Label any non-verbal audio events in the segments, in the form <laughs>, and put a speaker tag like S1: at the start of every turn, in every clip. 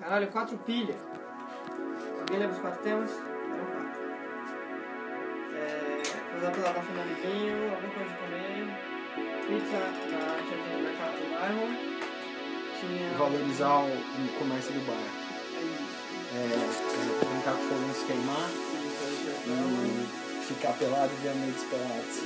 S1: Caralho, quatro pilha. Alguém lembra os quatro temas? Eram quatro. É, coisa pela da Fina Liguinho, alguma coisa de comer. Pizza na tinha no mercado do bairro. Tinha.
S2: Valorizar o, o comércio do bairro.
S1: É isso.
S2: É, brincar com fogo e se queimar.
S1: Isso, eu já tava.
S2: E ficar pelado e ver amigos pelados.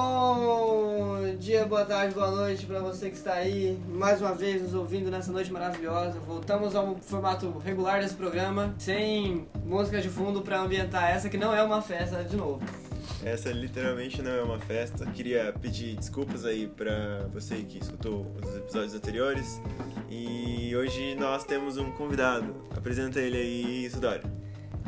S1: Bom dia, boa tarde, boa noite pra você que está aí mais uma vez nos ouvindo nessa noite maravilhosa. Voltamos ao formato regular desse programa, sem música de fundo pra ambientar essa que não é uma festa de novo.
S3: Essa literalmente não é uma festa. Queria pedir desculpas aí pra você que escutou os episódios anteriores. E hoje nós temos um convidado. Apresenta ele aí, Sudori.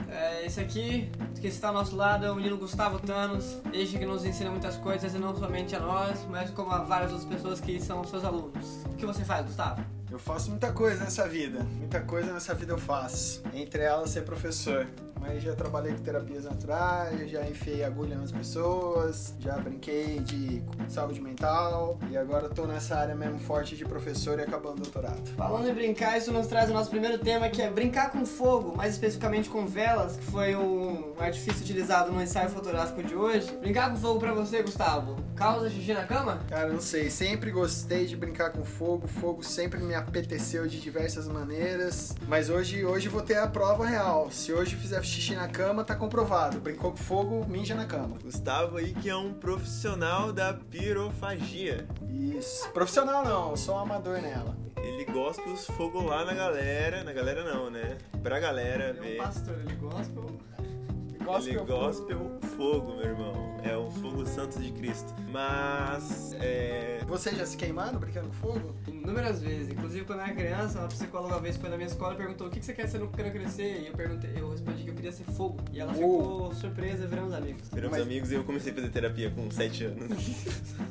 S1: É, esse aqui que está ao nosso lado é o menino Gustavo Thanos, este que nos ensina muitas coisas e não somente a nós, mas como a várias outras pessoas que são seus alunos. O que você faz, Gustavo?
S2: Eu faço muita coisa nessa vida. Muita coisa nessa vida eu faço. Entre elas, ser professor. Mas já trabalhei com terapias naturais, já enfiei agulha nas pessoas, já brinquei de saúde mental. E agora eu tô nessa área mesmo forte de professor e acabando o doutorado.
S1: Falando em brincar, isso nos traz o nosso primeiro tema, que é brincar com fogo, mais especificamente com velas, que foi um artifício utilizado no ensaio fotográfico de hoje. Brincar com fogo pra você, Gustavo, causa xixi na cama?
S2: Cara, eu não sei, sempre gostei de brincar com fogo, fogo sempre me apeteceu de diversas maneiras, mas hoje, hoje eu vou ter a prova real. Se hoje fizer xixi na cama, tá comprovado. Brincou com fogo, mija na cama.
S3: Gustavo aí que é um profissional da pirofagia.
S2: Isso. Profissional não, eu sou um amador nela.
S3: Ele gosta dos fogos lá na galera. Na galera não, né? Pra galera
S1: Ele
S3: ver.
S1: é um pastor, ele gospel.
S3: Ele gospel fogo, meu irmão. É o fogo santo de Cristo. Mas é,
S2: Você já se queimaram brincando com fogo?
S1: Inúmeras vezes, inclusive quando eu era criança, uma psicóloga uma vez foi na minha escola e perguntou o que que você quer ser quando eu crescer? E eu perguntei, eu respondi que eu queria ser fogo. E ela ficou surpresa e viramos amigos.
S3: viramos
S2: Mas-
S3: amigos e eu comecei a fazer terapia com 7 anos.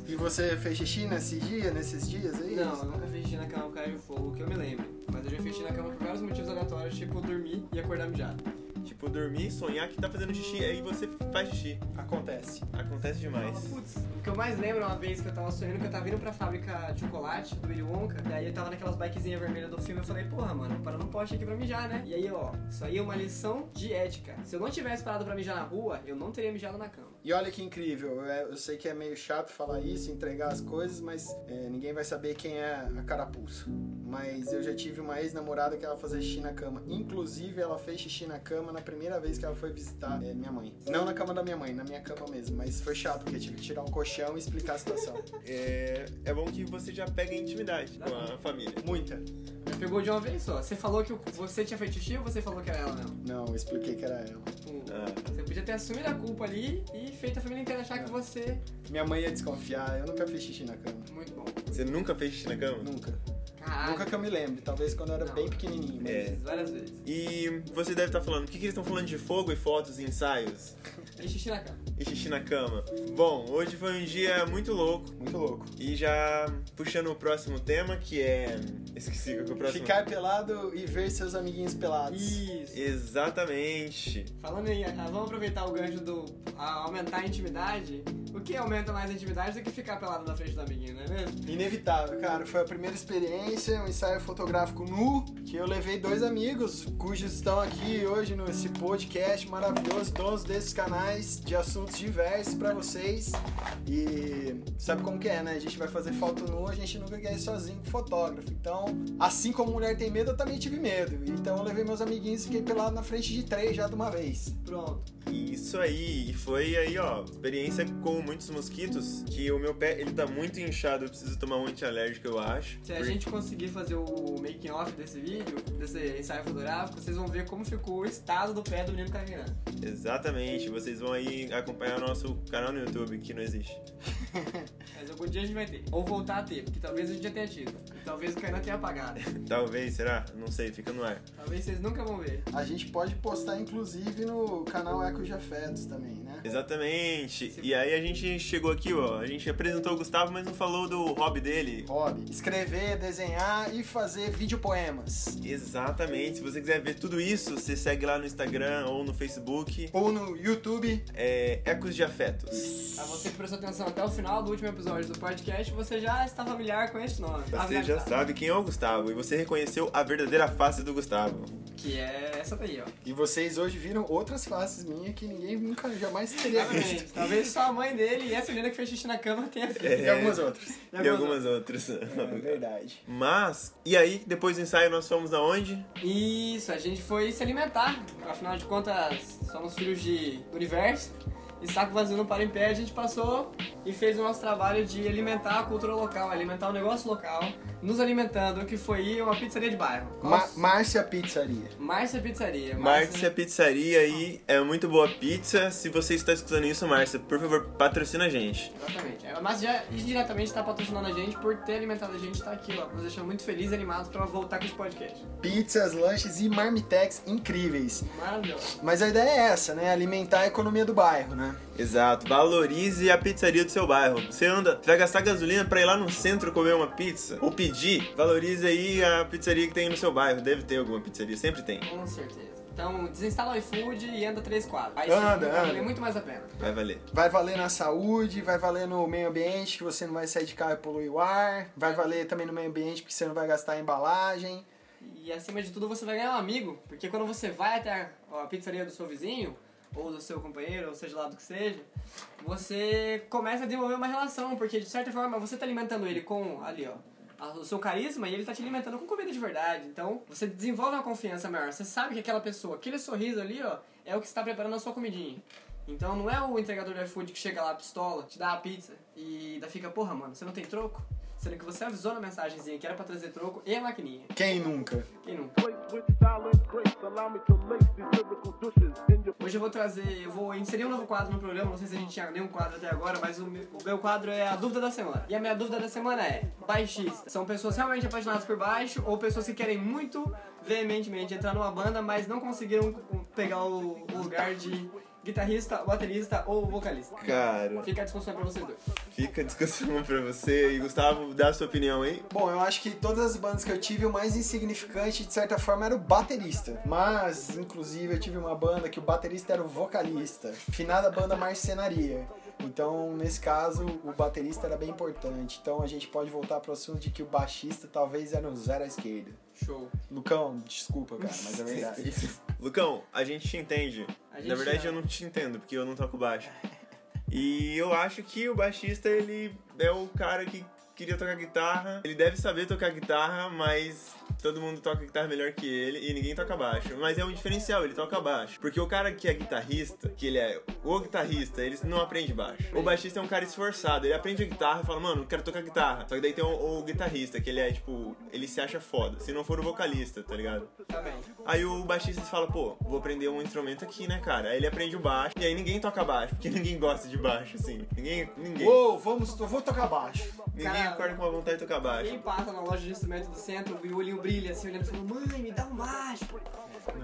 S2: E você fez xixi nesse dia, nesses dias aí?
S1: Não, eu nunca fiz xixi na cama por causa de fogo, que eu me lembro. Mas eu já fiz xixi na cama por vários motivos aleatórios, tipo dormir e acordar mijado.
S3: tipo, dormir, sonhar que tá fazendo xixi, aí você faz xixi.
S2: Acontece.
S3: Acontece demais.
S1: Putz, o que eu mais lembro é uma vez que eu tava sonhando que eu tava indo pra fábrica de chocolate do Willy Wonka, daí eu tava naquelas bikezinhas vermelhas do filme e eu falei, porra, mano, para no poste aqui pra mijar, né? E aí, ó, isso aí é uma lição de ética. Se eu não tivesse parado pra mijar na rua, eu não teria mijado na cama.
S2: E olha que incrível, é, eu sei que é meio chato falar isso, entregar as coisas, mas é, ninguém vai saber quem é a carapuça. Mas eu já tive uma ex-namorada que ela fazia xixi na cama. Inclusive, ela fez xixi na cama na primeira vez que ela foi visitar é, minha mãe. Não na cama da minha mãe, na minha cama mesmo. Mas foi chato, porque eu tive que tirar um colchão e explicar a situação.
S3: É, é bom que você já pega intimidade com a família.
S2: Muita.
S1: Me pegou de uma vez só. Você falou que o- você tinha feito xixi ou você falou que era ela mesmo?
S2: Não, eu expliquei que era ela.
S1: Tipo,
S3: Ah,
S1: Você podia ter assumido a culpa ali e feito a família inteira achar que você...
S2: Minha mãe ia desconfiar, eu nunca fiz xixi na cama.
S1: Muito bom.
S3: você nunca fez xixi na cama?
S2: Nunca.
S1: Caralho.
S2: Nunca que eu me lembre, talvez quando eu era
S1: Ah. Não.
S2: bem pequenininho. Mas...
S3: É.
S1: Várias vezes.
S3: E você deve estar falando, o que, que eles estão falando de fogo e fotos e ensaios?
S1: E xixi na cama.
S3: E xixi na cama. Bom, hoje foi um dia muito louco.
S2: Muito louco.
S3: E já puxando o próximo tema, que é. Esqueci qual que é o próximo.
S2: Ficar pelado e ver seus amiguinhos pelados.
S1: Isso.
S3: Exatamente.
S1: Falando em, ah, vamos aproveitar o gancho do a- aumentar a intimidade. O que aumenta mais a intimidade do que ficar pelado na frente do amiguinho, não é mesmo?
S2: Inevitável, cara. Foi a primeira experiência, um ensaio fotográfico nu, que eu levei dois amigos, cujos estão aqui hoje nesse podcast maravilhoso, donos desses canais de assuntos diversos pra vocês. E sabe como que é, né? A gente vai fazer foto nu, a gente nunca quer ir sozinho com fotógrafo. Então, assim como mulher tem medo, eu também tive medo. Então eu levei meus amiguinhos e fiquei pelado na frente de três já de uma vez.
S1: Pronto.
S3: E Isso aí, e foi aí, ó, experiência com muitos mosquitos, que o meu pé, ele tá muito inchado, eu preciso tomar um antialérgico, eu acho.
S1: Se a
S3: porque-
S1: gente conseguir fazer o making off desse vídeo, desse ensaio fotográfico, vocês vão ver como ficou o estado do pé do menino tá caminhando.
S3: Exatamente, vocês vão aí acompanhar o nosso canal no YouTube, que não existe.
S1: Mas algum dia a gente vai ter. Ou voltar a ter, porque talvez a gente já tenha tido. E talvez o Kainan tenha apagado.
S3: Talvez, será? Não sei, fica no ar.
S1: Talvez vocês nunca vão ver.
S2: A gente pode postar, inclusive, no canal Eco porcos de afetos também, né?
S3: Exatamente. E aí a gente chegou aqui, ó. A gente apresentou o Gustavo, mas não falou do hobby dele.
S2: Hobby. Escrever, desenhar e fazer videopoemas.
S3: Exatamente. Se você quiser ver tudo isso, você segue lá no Instagram ou no Facebook.
S2: Ou no YouTube.
S3: É Ecos de Afetos.
S1: A você que prestou atenção até o final do último episódio do podcast, você já está familiar com este nome.
S3: Você já sabe quem é o Gustavo e você reconheceu a verdadeira face do Gustavo.
S1: Que é essa daí, ó.
S2: E vocês hoje viram outras faces minhas que ninguém nunca jamais teria visto.
S1: Exatamente. Talvez só a mãe dele e essa menina que fez xixi na cama tenha feito.
S3: É.
S2: E algumas outras.
S1: E
S3: E algumas outras. <laughs>
S2: É verdade.
S3: Mas, e aí, depois do ensaio, nós fomos aonde?
S1: Isso, a gente foi se alimentar. Afinal de contas, somos filhos de, do universo. E saco vazio não para em pé, a gente passou e fez o nosso trabalho de alimentar a cultura local, alimentar o negócio local, nos alimentando, que foi uma pizzaria de bairro.
S2: Ma Márcia Pizzaria.
S1: Márcia Pizzaria.
S3: Márcia Pizzaria aí é muito boa pizza. Se você está escutando isso, Márcia, por favor, patrocina a gente.
S1: Exatamente. É, A Márcia já indiretamente está patrocinando a gente por ter alimentado a gente, está aqui, ó. Nos deixando muito felizes e animados para voltar com esse podcast.
S2: Pizzas, lanches e marmitex incríveis.
S1: Maravilhoso.
S2: Mas a ideia é essa, né? Alimentar a economia do bairro, né?
S3: Exato, valorize a pizzaria do seu bairro. Você anda, você vai gastar gasolina pra ir lá no centro comer uma pizza ou pedir, valorize aí a pizzaria que tem no seu bairro. Deve ter alguma pizzaria, sempre tem.
S1: Com certeza. Então, desinstala o iFood e anda três quadros. Aí
S2: Anda,
S1: sim, vai
S2: anda.
S1: valer muito mais a pena.
S3: Vai valer.
S2: Vai valer na saúde, vai valer no meio ambiente, que você não vai sair de carro e poluir o ar. Vai valer também no meio ambiente, porque você não vai gastar em embalagem.
S1: E acima de tudo você vai ganhar um amigo, porque quando você vai até a, a pizzaria do seu vizinho, ou do seu companheiro, ou seja lá do que seja, você começa a desenvolver uma relação, porque de certa forma você tá alimentando ele com ali, ó. a- O seu carisma e ele tá te alimentando com comida de verdade. Então você desenvolve uma confiança maior. Você sabe que aquela pessoa, aquele sorriso ali, ó, é o que está preparando a sua comidinha. Então não é o entregador do iFood que chega lá, pistola, te dá a pizza e ainda fica, porra, mano, você não tem troco? Sendo que você avisou na mensagenzinha que era pra trazer troco e a maquininha.
S2: Quem nunca?
S1: Quem nunca?
S4: plate with style and grace. Allow me to lace these lyrical dishes in your
S1: Hoje eu vou trazer, eu vou inserir um novo quadro no programa, não sei se a gente tinha nenhum quadro até agora, mas o meu, o meu quadro é a dúvida da semana. E a minha dúvida da semana é, baixista, são pessoas realmente apaixonadas por baixo ou pessoas que querem muito veementemente entrar numa banda, mas não conseguiram pegar o, o lugar de guitarrista, baterista ou vocalista?
S3: Cara,
S1: Fica a discussão pra vocês dois.
S3: fica a discussão <laughs> pra você. E Gustavo, dá a sua opinião aí.
S2: Bom, eu acho que todas as bandas que eu tive, o mais insignificante, de certa forma, era o baterista. Mas, inclusive, eu tive uma banda que o baterista era o vocalista. Finada banda Marcenaria. Então, nesse caso, o baterista era bem importante. Então, a gente pode voltar pro assunto de que o baixista talvez era um zero à esquerda.
S1: Show.
S2: Lucão, desculpa, cara, mas é verdade.
S3: Lucão, a gente te entende.
S1: A gente
S3: Na verdade,
S1: ama.
S3: eu não te entendo, porque eu não toco baixo. E eu acho que o baixista, ele é o cara que queria tocar guitarra. Ele deve saber tocar guitarra, mas todo mundo toca guitarra melhor que ele e ninguém toca baixo. Mas é um diferencial, ele toca baixo. Porque o cara que é guitarrista, que ele é o guitarrista, ele não aprende baixo. O baixista é um cara esforçado, ele aprende a guitarra e fala, mano, eu quero tocar guitarra. Só que daí tem o, o guitarrista, que ele é, tipo, ele se acha foda. Se não for o vocalista, tá ligado?
S1: Tá bem.
S3: Aí o baixista fala, pô, vou aprender um instrumento aqui, né, cara? Aí ele aprende o baixo, e aí ninguém toca baixo, porque <laughs> ninguém gosta de baixo, assim. Ninguém, ninguém,
S2: Uou, vamos, eu vou tocar baixo.
S3: ninguém
S1: cara-
S3: acorda com a vontade de tocar baixo.
S1: Quem passa na loja de instrumentos do centro e o olhinho brilha assim, olhando e falando, mãe, me dá um baixo.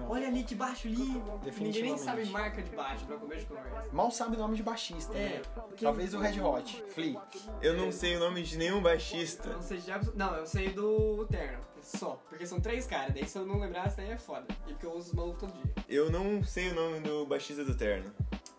S1: Olha ali que baixo lindo. Ninguém nem
S2: Definitivamente.
S1: sabe marca de baixo pra comer de conversa.
S2: Mal sabe o nome de baixista,
S1: É,
S2: né?
S1: quem-
S2: Talvez o Red Hot. Flea.
S3: Eu não sei o nome de nenhum baixista.
S1: Não sei de abs- Não, eu sei do Terno. Só. Porque são três caras. Daí se eu não lembrar, isso daí é foda. E porque eu uso os malucos todo dia.
S3: Eu não sei o nome do baixista do Terno.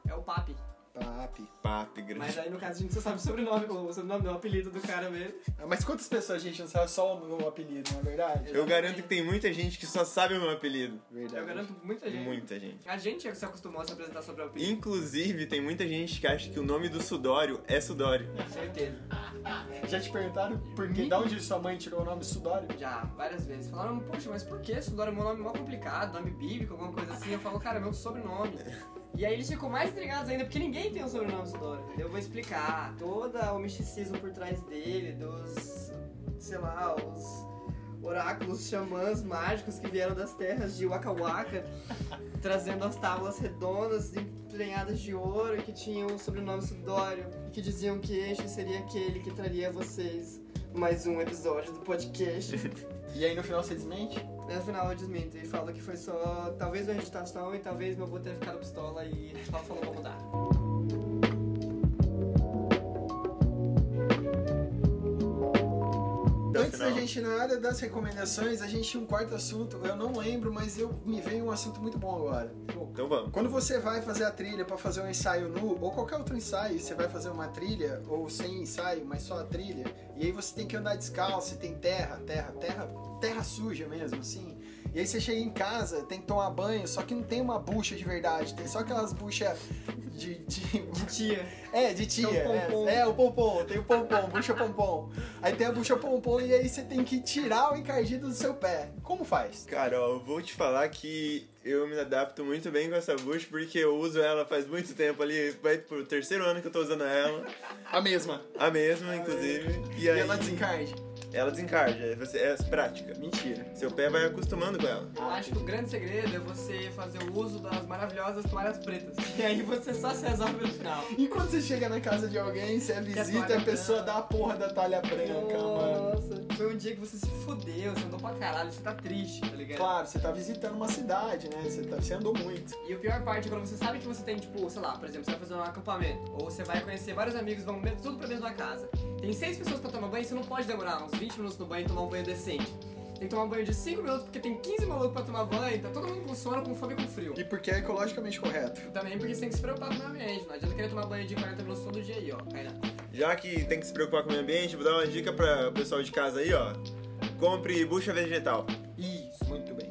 S1: É o Papi.
S2: Papi.
S3: Papi, grande.
S1: Mas aí no caso a gente só sabe o sobrenome, o sobrenome não, o apelido do cara mesmo.
S2: Ah, Mas quantas pessoas a gente não sabe só o o apelido, não é verdade?
S3: Eu garanto que tem muita gente que só sabe o meu apelido.
S2: Verdade.
S1: Eu garanto muita gente.
S3: Muita gente.
S1: A gente é que se acostumou a se apresentar sobre o apelido.
S3: Inclusive, tem muita gente que acha que o nome do Sudório é Sudório.
S1: Com certeza.
S2: Já te perguntaram por que, da onde sua mãe tirou o nome Sudório?
S1: Já, várias vezes. Falaram, poxa, mas por que Sudora é um nome mó complicado, nome bíblico, alguma coisa assim? Eu falo, cara, é meu sobrenome. E aí eles ficam mais intrigados ainda, porque ninguém tem o sobrenome Sudora. Eu vou explicar todo o misticismo por trás dele, dos, sei lá, os oráculos, xamãs mágicos que vieram das terras de Waka Waka, <laughs> trazendo as tábuas redondas emprenhadas de ouro que tinham o sobrenome Sudório e que diziam que este seria aquele que traria a vocês mais um episódio do podcast.
S2: E aí no final você desmente?
S1: Daí no final eu desminto e falo que foi só talvez uma agitação e talvez meu avô tenha ficado pistola e ela falou vou mudar.
S3: Até o
S2: Antes da
S3: final.
S2: gente ir na área das recomendações, a gente tinha um quarto assunto, eu não lembro, mas eu me veio um assunto muito bom agora.
S3: Então vamos.
S2: Quando você vai fazer a trilha pra fazer um ensaio nu, ou qualquer outro ensaio, você vai fazer uma trilha, ou sem ensaio, mas só a trilha, e aí você tem que andar descalço, e tem terra, terra, terra, terra suja mesmo, assim. E aí você chega em casa, tem que tomar banho, só que não tem uma bucha de verdade, tem só aquelas buchas de- de
S1: Tia,
S2: é, de tia.
S1: Tem o
S2: é.
S1: pompom.
S2: É, o pompom. Tem o pompom, bucha pompom. Aí tem a bucha pompom e aí você tem que tirar o encardido do seu pé. Como faz?
S3: Cara, ó, eu vou te falar que eu me adapto muito bem com essa bucha, porque eu uso ela faz muito tempo ali, vai pro terceiro ano que eu tô usando ela,
S2: A mesma.
S3: a mesma, inclusive. E
S2: E
S3: aí
S2: ela desencarde?
S3: ela desencarga, é você- é prática.
S2: Mentira.
S3: Seu pé vai acostumando com ela.
S1: acho que o grande segredo é você fazer o uso das maravilhosas toalhas pretas. E aí você só se resolve no final.
S2: E quando você chega na casa de alguém, você visita e a
S1: toalha
S2: pessoa
S1: branca.
S2: dá a porra da talha branca, mano.
S1: né? Nossa, foi um dia que você se fodeu, você andou pra caralho, você tá triste, tá ligado?
S2: Claro, você tá visitando uma cidade, né? Você, tá, você andou muito.
S1: E a pior parte é quando você sabe que você tem, tipo, sei lá, por exemplo, você vai fazer um acampamento, ou você vai conhecer vários amigos, vão mesmo- tudo pra dentro da casa. Tem seis pessoas pra tomar banho, você não pode demorar uns 20 minutos no banho e tomar um banho decente. Tem que tomar um banho de 5 minutos porque tem 15 malucos pra tomar banho, tá todo mundo com sono, com fome e com frio.
S2: E porque é ecologicamente correto.
S1: E também porque você tem que se preocupar com o meio ambiente, não adianta querer tomar banho de 40 minutos todo dia aí, ó. Kainá.
S3: Já que tem que se preocupar com o meio ambiente, vou dar uma dica pra pessoal de casa aí, ó. Compre bucha vegetal.
S1: Isso, muito bem.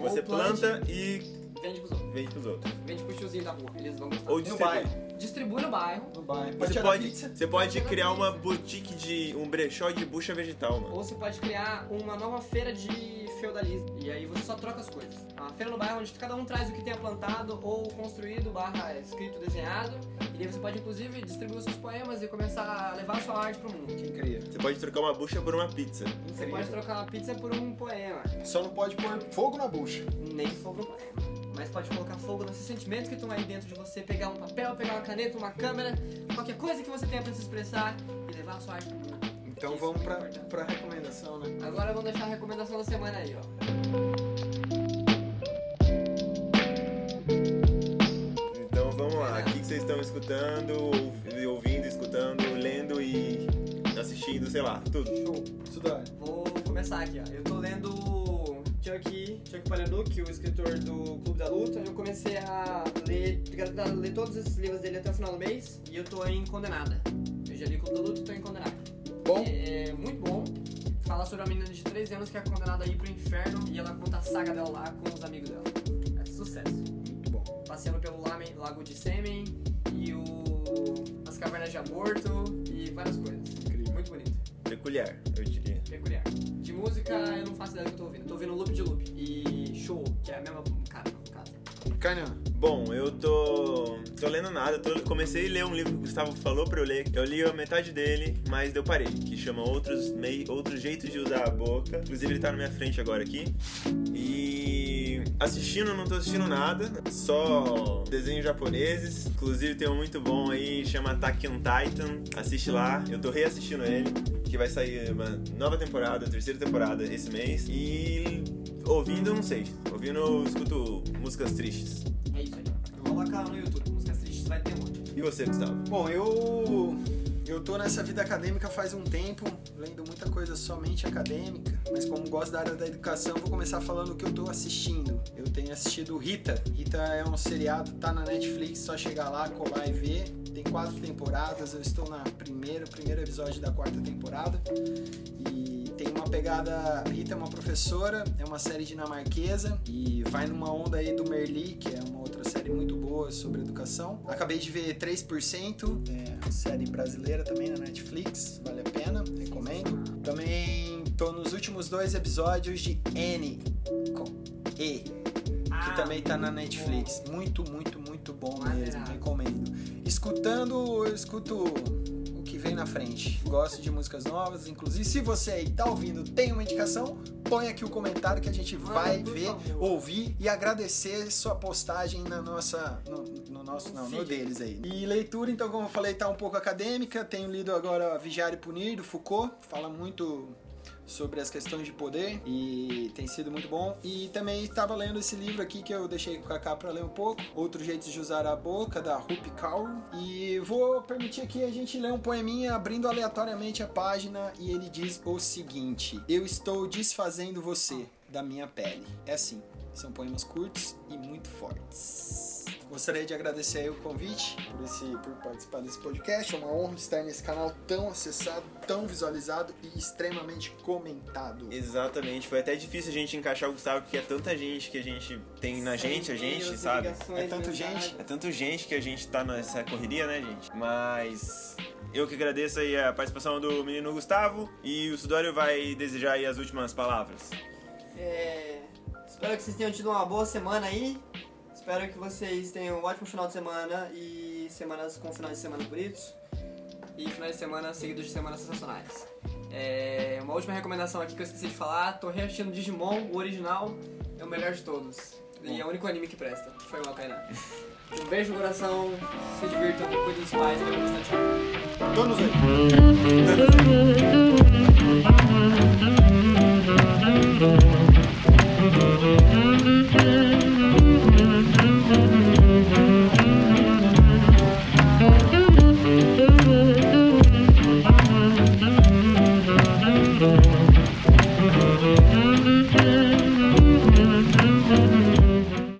S3: Você
S1: Ou plante.
S3: planta e
S1: Vende pros outros,
S3: vende pros outros.
S1: vende pro tiozinho da rua, eles vão gostar.
S3: Ou
S2: No
S3: distribui.
S2: bairro.
S1: Distribui no bairro,
S2: No bairro. Pode
S3: Você
S2: tirar
S3: pode,
S2: pizza.
S3: você pode
S1: Pode
S3: criar
S1: tirar
S3: uma
S1: pizza.
S3: boutique de. um brechó de bucha vegetal, mano.
S1: Ou você pode criar uma nova feira de feudalismo. E aí você só troca as coisas. É Uma feira no bairro onde cada um traz o que tenha plantado ou construído, barra escrito, desenhado. E aí você pode, inclusive, distribuir os seus poemas e começar a levar a sua arte pro mundo.
S2: Incrível.
S3: Você pode trocar uma bucha por uma pizza.
S1: Você pode trocar uma pizza por um poema.
S2: Só não pode pôr fogo na bucha.
S1: Nem fogo no um poema. Mas pode colocar fogo nesses sentimentos que estão aí dentro de você. Pegar um papel, pegar uma caneta, uma câmera, qualquer coisa que você tenha pra se expressar e levar a sua arte pro mundo.
S2: Então
S1: Isso
S2: vamos
S1: é
S2: pra,
S1: importante.
S2: pra recomendação, né?
S1: Agora vamos deixar a recomendação da semana aí, ó.
S3: Então vamos lá. O que que vocês estão escutando, ouv- ouvindo, escutando, lendo e assistindo, sei lá, tudo.
S2: Estudar.
S1: Vou começar aqui, ó. Eu tô lendo Chuck, Chuck Palahniuk, o escritor do Clube da Luta. Eu comecei a ler, a ler todos esses livros dele até o final do mês e eu tô em Condenada. Eu já li Clube da Luta e tô em Condenada.
S2: Bom,
S1: É muito bom. Fala sobre uma menina de 13 anos que é condenada a ir pro inferno e ela conta a saga dela lá com os amigos dela. É sucesso.
S2: muito bom.
S1: Passeando pelo lamen- Lago de Sêmen e o... as Cavernas de Amorto e várias coisas.
S2: Incrível.
S1: Muito bonito
S3: Peculiar, eu diria.
S1: peculiar. De música, eu não faço ideia do que eu tô ouvindo. Eu Tô ouvindo loop de loop e show, que é a mesma cara, no caso.
S2: Kainan,
S3: Bom, eu tô. tô lendo nada, tô- comecei a ler um livro que o Gustavo falou pra eu ler. Eu li a metade dele, mas eu parei, que chama Outros, mei... Outros Jeitos de Usar a Boca. Inclusive ele tá na minha frente agora aqui. E assistindo, eu não tô assistindo nada, só desenhos japoneses. Inclusive tem um muito bom aí, chama Attack on Titan. Assiste lá, eu tô reassistindo ele, que vai sair uma nova temporada, terceira temporada esse mês. E ouvindo, eu não sei. Ouvindo, eu escuto músicas tristes.
S1: É isso aí. Coloca no YouTube, músicas tristes, vai ter um monte.
S3: E você, Gustavo?
S2: Bom, eu eu tô nessa vida acadêmica faz um tempo, lendo muita coisa somente acadêmica, mas como gosto da área da educação, vou começar falando o que eu tô assistindo. Eu tenho assistido Rita. Rita é um seriado, tá na Netflix, só chegar lá, colar e ver. Tem quatro temporadas, eu estou na primeira, primeiro episódio da quarta temporada. E tem uma pegada. a Rita é uma professora, é uma série dinamarquesa e vai numa onda aí do Merli, que é uma outra série muito boa sobre educação. Acabei de ver 3%, é, série brasileira também na Netflix, vale a pena, recomendo. Também tô nos últimos dois episódios de N com E, que também tá na Netflix. Muito, muito, muito bom mesmo,
S1: Maneirado.
S2: recomendo. Escutando, eu escuto o que vem na frente. Gosto de músicas novas, inclusive se você aí tá ouvindo, tem uma indicação, põe aqui o comentário que a gente
S1: Manda,
S2: vai
S1: por
S2: ver,
S1: favor.
S2: ouvir e agradecer sua postagem na nossa no, no nosso não, no
S1: Feed.
S2: deles aí. E leitura, então como eu falei, tá um pouco acadêmica, tenho lido agora Vigiar e Punir do Foucault, fala muito sobre as questões de poder e tem sido muito bom. E também estava lendo esse livro aqui que eu deixei com o Kaká para ler um pouco, Outro Jeito de Usar a Boca, da Rupi Kaur. E vou permitir aqui a gente ler um poeminha abrindo aleatoriamente a página e ele diz o seguinte: Eu estou desfazendo você da minha pele. É assim, são poemas curtos e muito fortes. Gostaria de agradecer aí o convite por, esse, por participar desse podcast. É uma honra estar nesse canal tão acessado, tão visualizado e extremamente comentado.
S3: Exatamente, foi até difícil a gente encaixar o Gustavo, porque é tanta gente que a gente tem na gente, a gente, sabe?
S2: É tanto gente.
S3: É tanto gente que a gente tá nessa correria, né, gente? Mas eu que agradeço aí a participação do menino Gustavo e o Sudório vai desejar aí as últimas palavras.
S1: É, Espero que vocês tenham tido uma boa semana aí. Espero que vocês tenham um ótimo final de semana e semanas com finais de semana bonitos. E finais de semana seguidos de semanas sensacionais. É, uma última recomendação aqui que eu esqueci de falar: tô reassistindo Digimon, o original, é o melhor de todos. E é o único anime que presta. Foi o Kainá. Um beijo no coração, se divirtam, cuidem dos pais, bebam bastante água.
S2: Todos aí.
S3: Tanto-